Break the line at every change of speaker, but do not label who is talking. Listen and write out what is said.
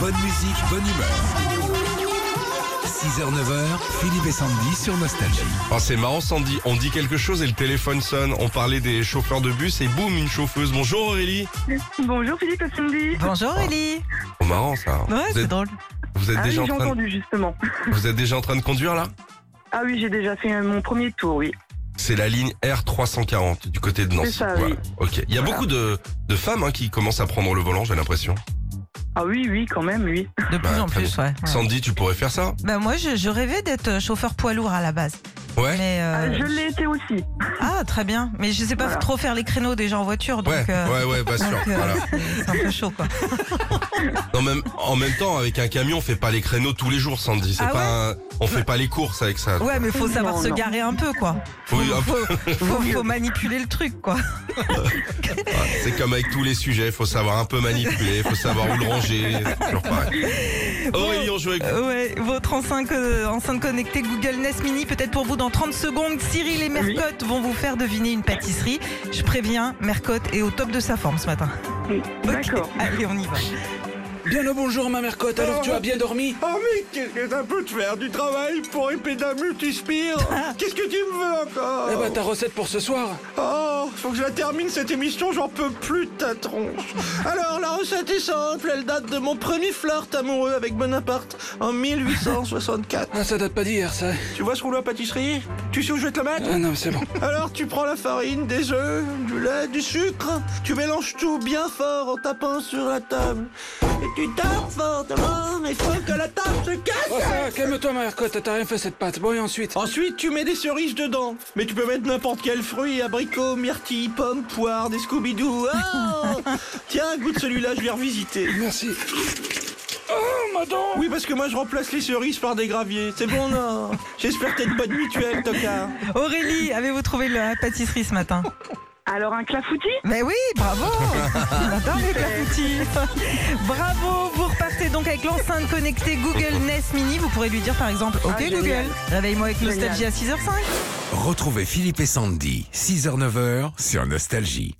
Bonne musique, bonne humeur. 6h, 9h, Philippe et Sandy sur Nostalgie.
Oh, c'est marrant, Sandy. On dit quelque chose et le téléphone sonne. On parlait des chauffeurs de bus et boum, une chauffeuse. Bonjour Aurélie.
Bonjour Philippe et Sandy.
Bonjour Ellie.
Oh, marrant ça.
Ouais,
vous
c'est
êtes,
drôle.
vous êtes
Ah oui,
déjà en
j'ai
train de,
entendu justement.
vous êtes déjà en train de conduire là
Ah oui, j'ai déjà fait mon premier tour, oui.
C'est la ligne R340 du côté de Nancy.
C'est ça, oui.
Ok. Il y a
Voilà.
beaucoup de, de femmes hein, qui commencent à prendre le volant, j'ai l'impression.
Ah oui, oui, quand même, oui.
De
Bah,
plus en
très
plus, ouais. ouais.
Sandy, tu pourrais faire ça
Ben, moi, je, je rêvais d'être euh, chauffeur poids lourd à la base.
Ouais.
Mais euh,
Ah, je l'ai été aussi.
ah très bien. Mais je sais pas
Voilà.
trop faire les créneaux déjà en voiture, donc.
ouais, ouais,
euh,
ouais, pas sûr.
donc, euh,
voilà.
C'est un peu chaud, quoi.
Non, même, en même temps, avec un camion, on fait pas les créneaux tous les jours, Sandy. C'est
Ah
pas un- on fait pas les courses avec ça.
Ouais, mais faut savoir
Non,
se
non.
garer un peu, quoi. Faut,
Oui, hop.
faut, faut- faut manipuler le truc, quoi.
Ah, C'est comme avec tous les sujets, faut savoir un peu manipuler, faut savoir où le ranger. c'est toujours pareil. Aurélie, on joue avec
Euh, Ouais, votre enceinte, euh, enceinte connectée Google Nest Mini, peut-être pour vous dans 30 secondes. Cyril et Mercotte vont vous faire deviner une pâtisserie. Je préviens, Mercotte est au top de sa forme ce matin. Ok,
D'accord.
Allez, on y va.
Bien le bonjour, ma mère Cotte. Alors, tu as bien dormi
Oh mais qu'est-ce que ça peut te faire du travail pour épée d'un multispire Qu'est-ce que tu me veux encore
Eh ben, ta recette pour ce soir
Oh, faut que je la termine cette émission, j'en peux plus de ta tronche. Alors la recette est simple, elle date de mon premier flirt amoureux avec Bonaparte en 1864.
Ah, ça date pas d'hier, ça.
tu vois ce rouleau à pâtisserie Tu sais où je vais te le mettre
Ah, non, c'est bon.
Alors tu prends la farine, des œufs, du lait, du sucre, tu mélanges tout bien fort en tapant sur la table. Et tu tapes fortement, il faut que la table se casse
Oh, ça, va, calme-toi, ma mère Cotte. T'as rien fait cette pâte. Bon, et ensuite
Ensuite, tu mets des cerises dedans. Mais tu peux mettre n'importe quel fruit, abricot, myrtille, pomme, poire, des Scooby-Doo. Oh Tiens, goûte celui-là, je vais revisiter.
Merci. Oh, madame
Oui, parce que moi, je remplace les cerises par des graviers. C'est bon, non J'espère que t'es de bonne mutuelle, tocard.
Aurélie, avez-vous trouvé la pâtisserie ce matin
Alors un clafoutis
Mais Ben oui, bravo On adore les clafoutis Bravo Vous repartez donc avec l'enceinte connectée Google Nest Mini. Vous pourrez lui dire par exemple « Ok
génial.
Google, réveille-moi avec Nostalgie à 6h05 ».
Retrouvez Philippe et Sandy, 6h, 9h sur Nostalgie.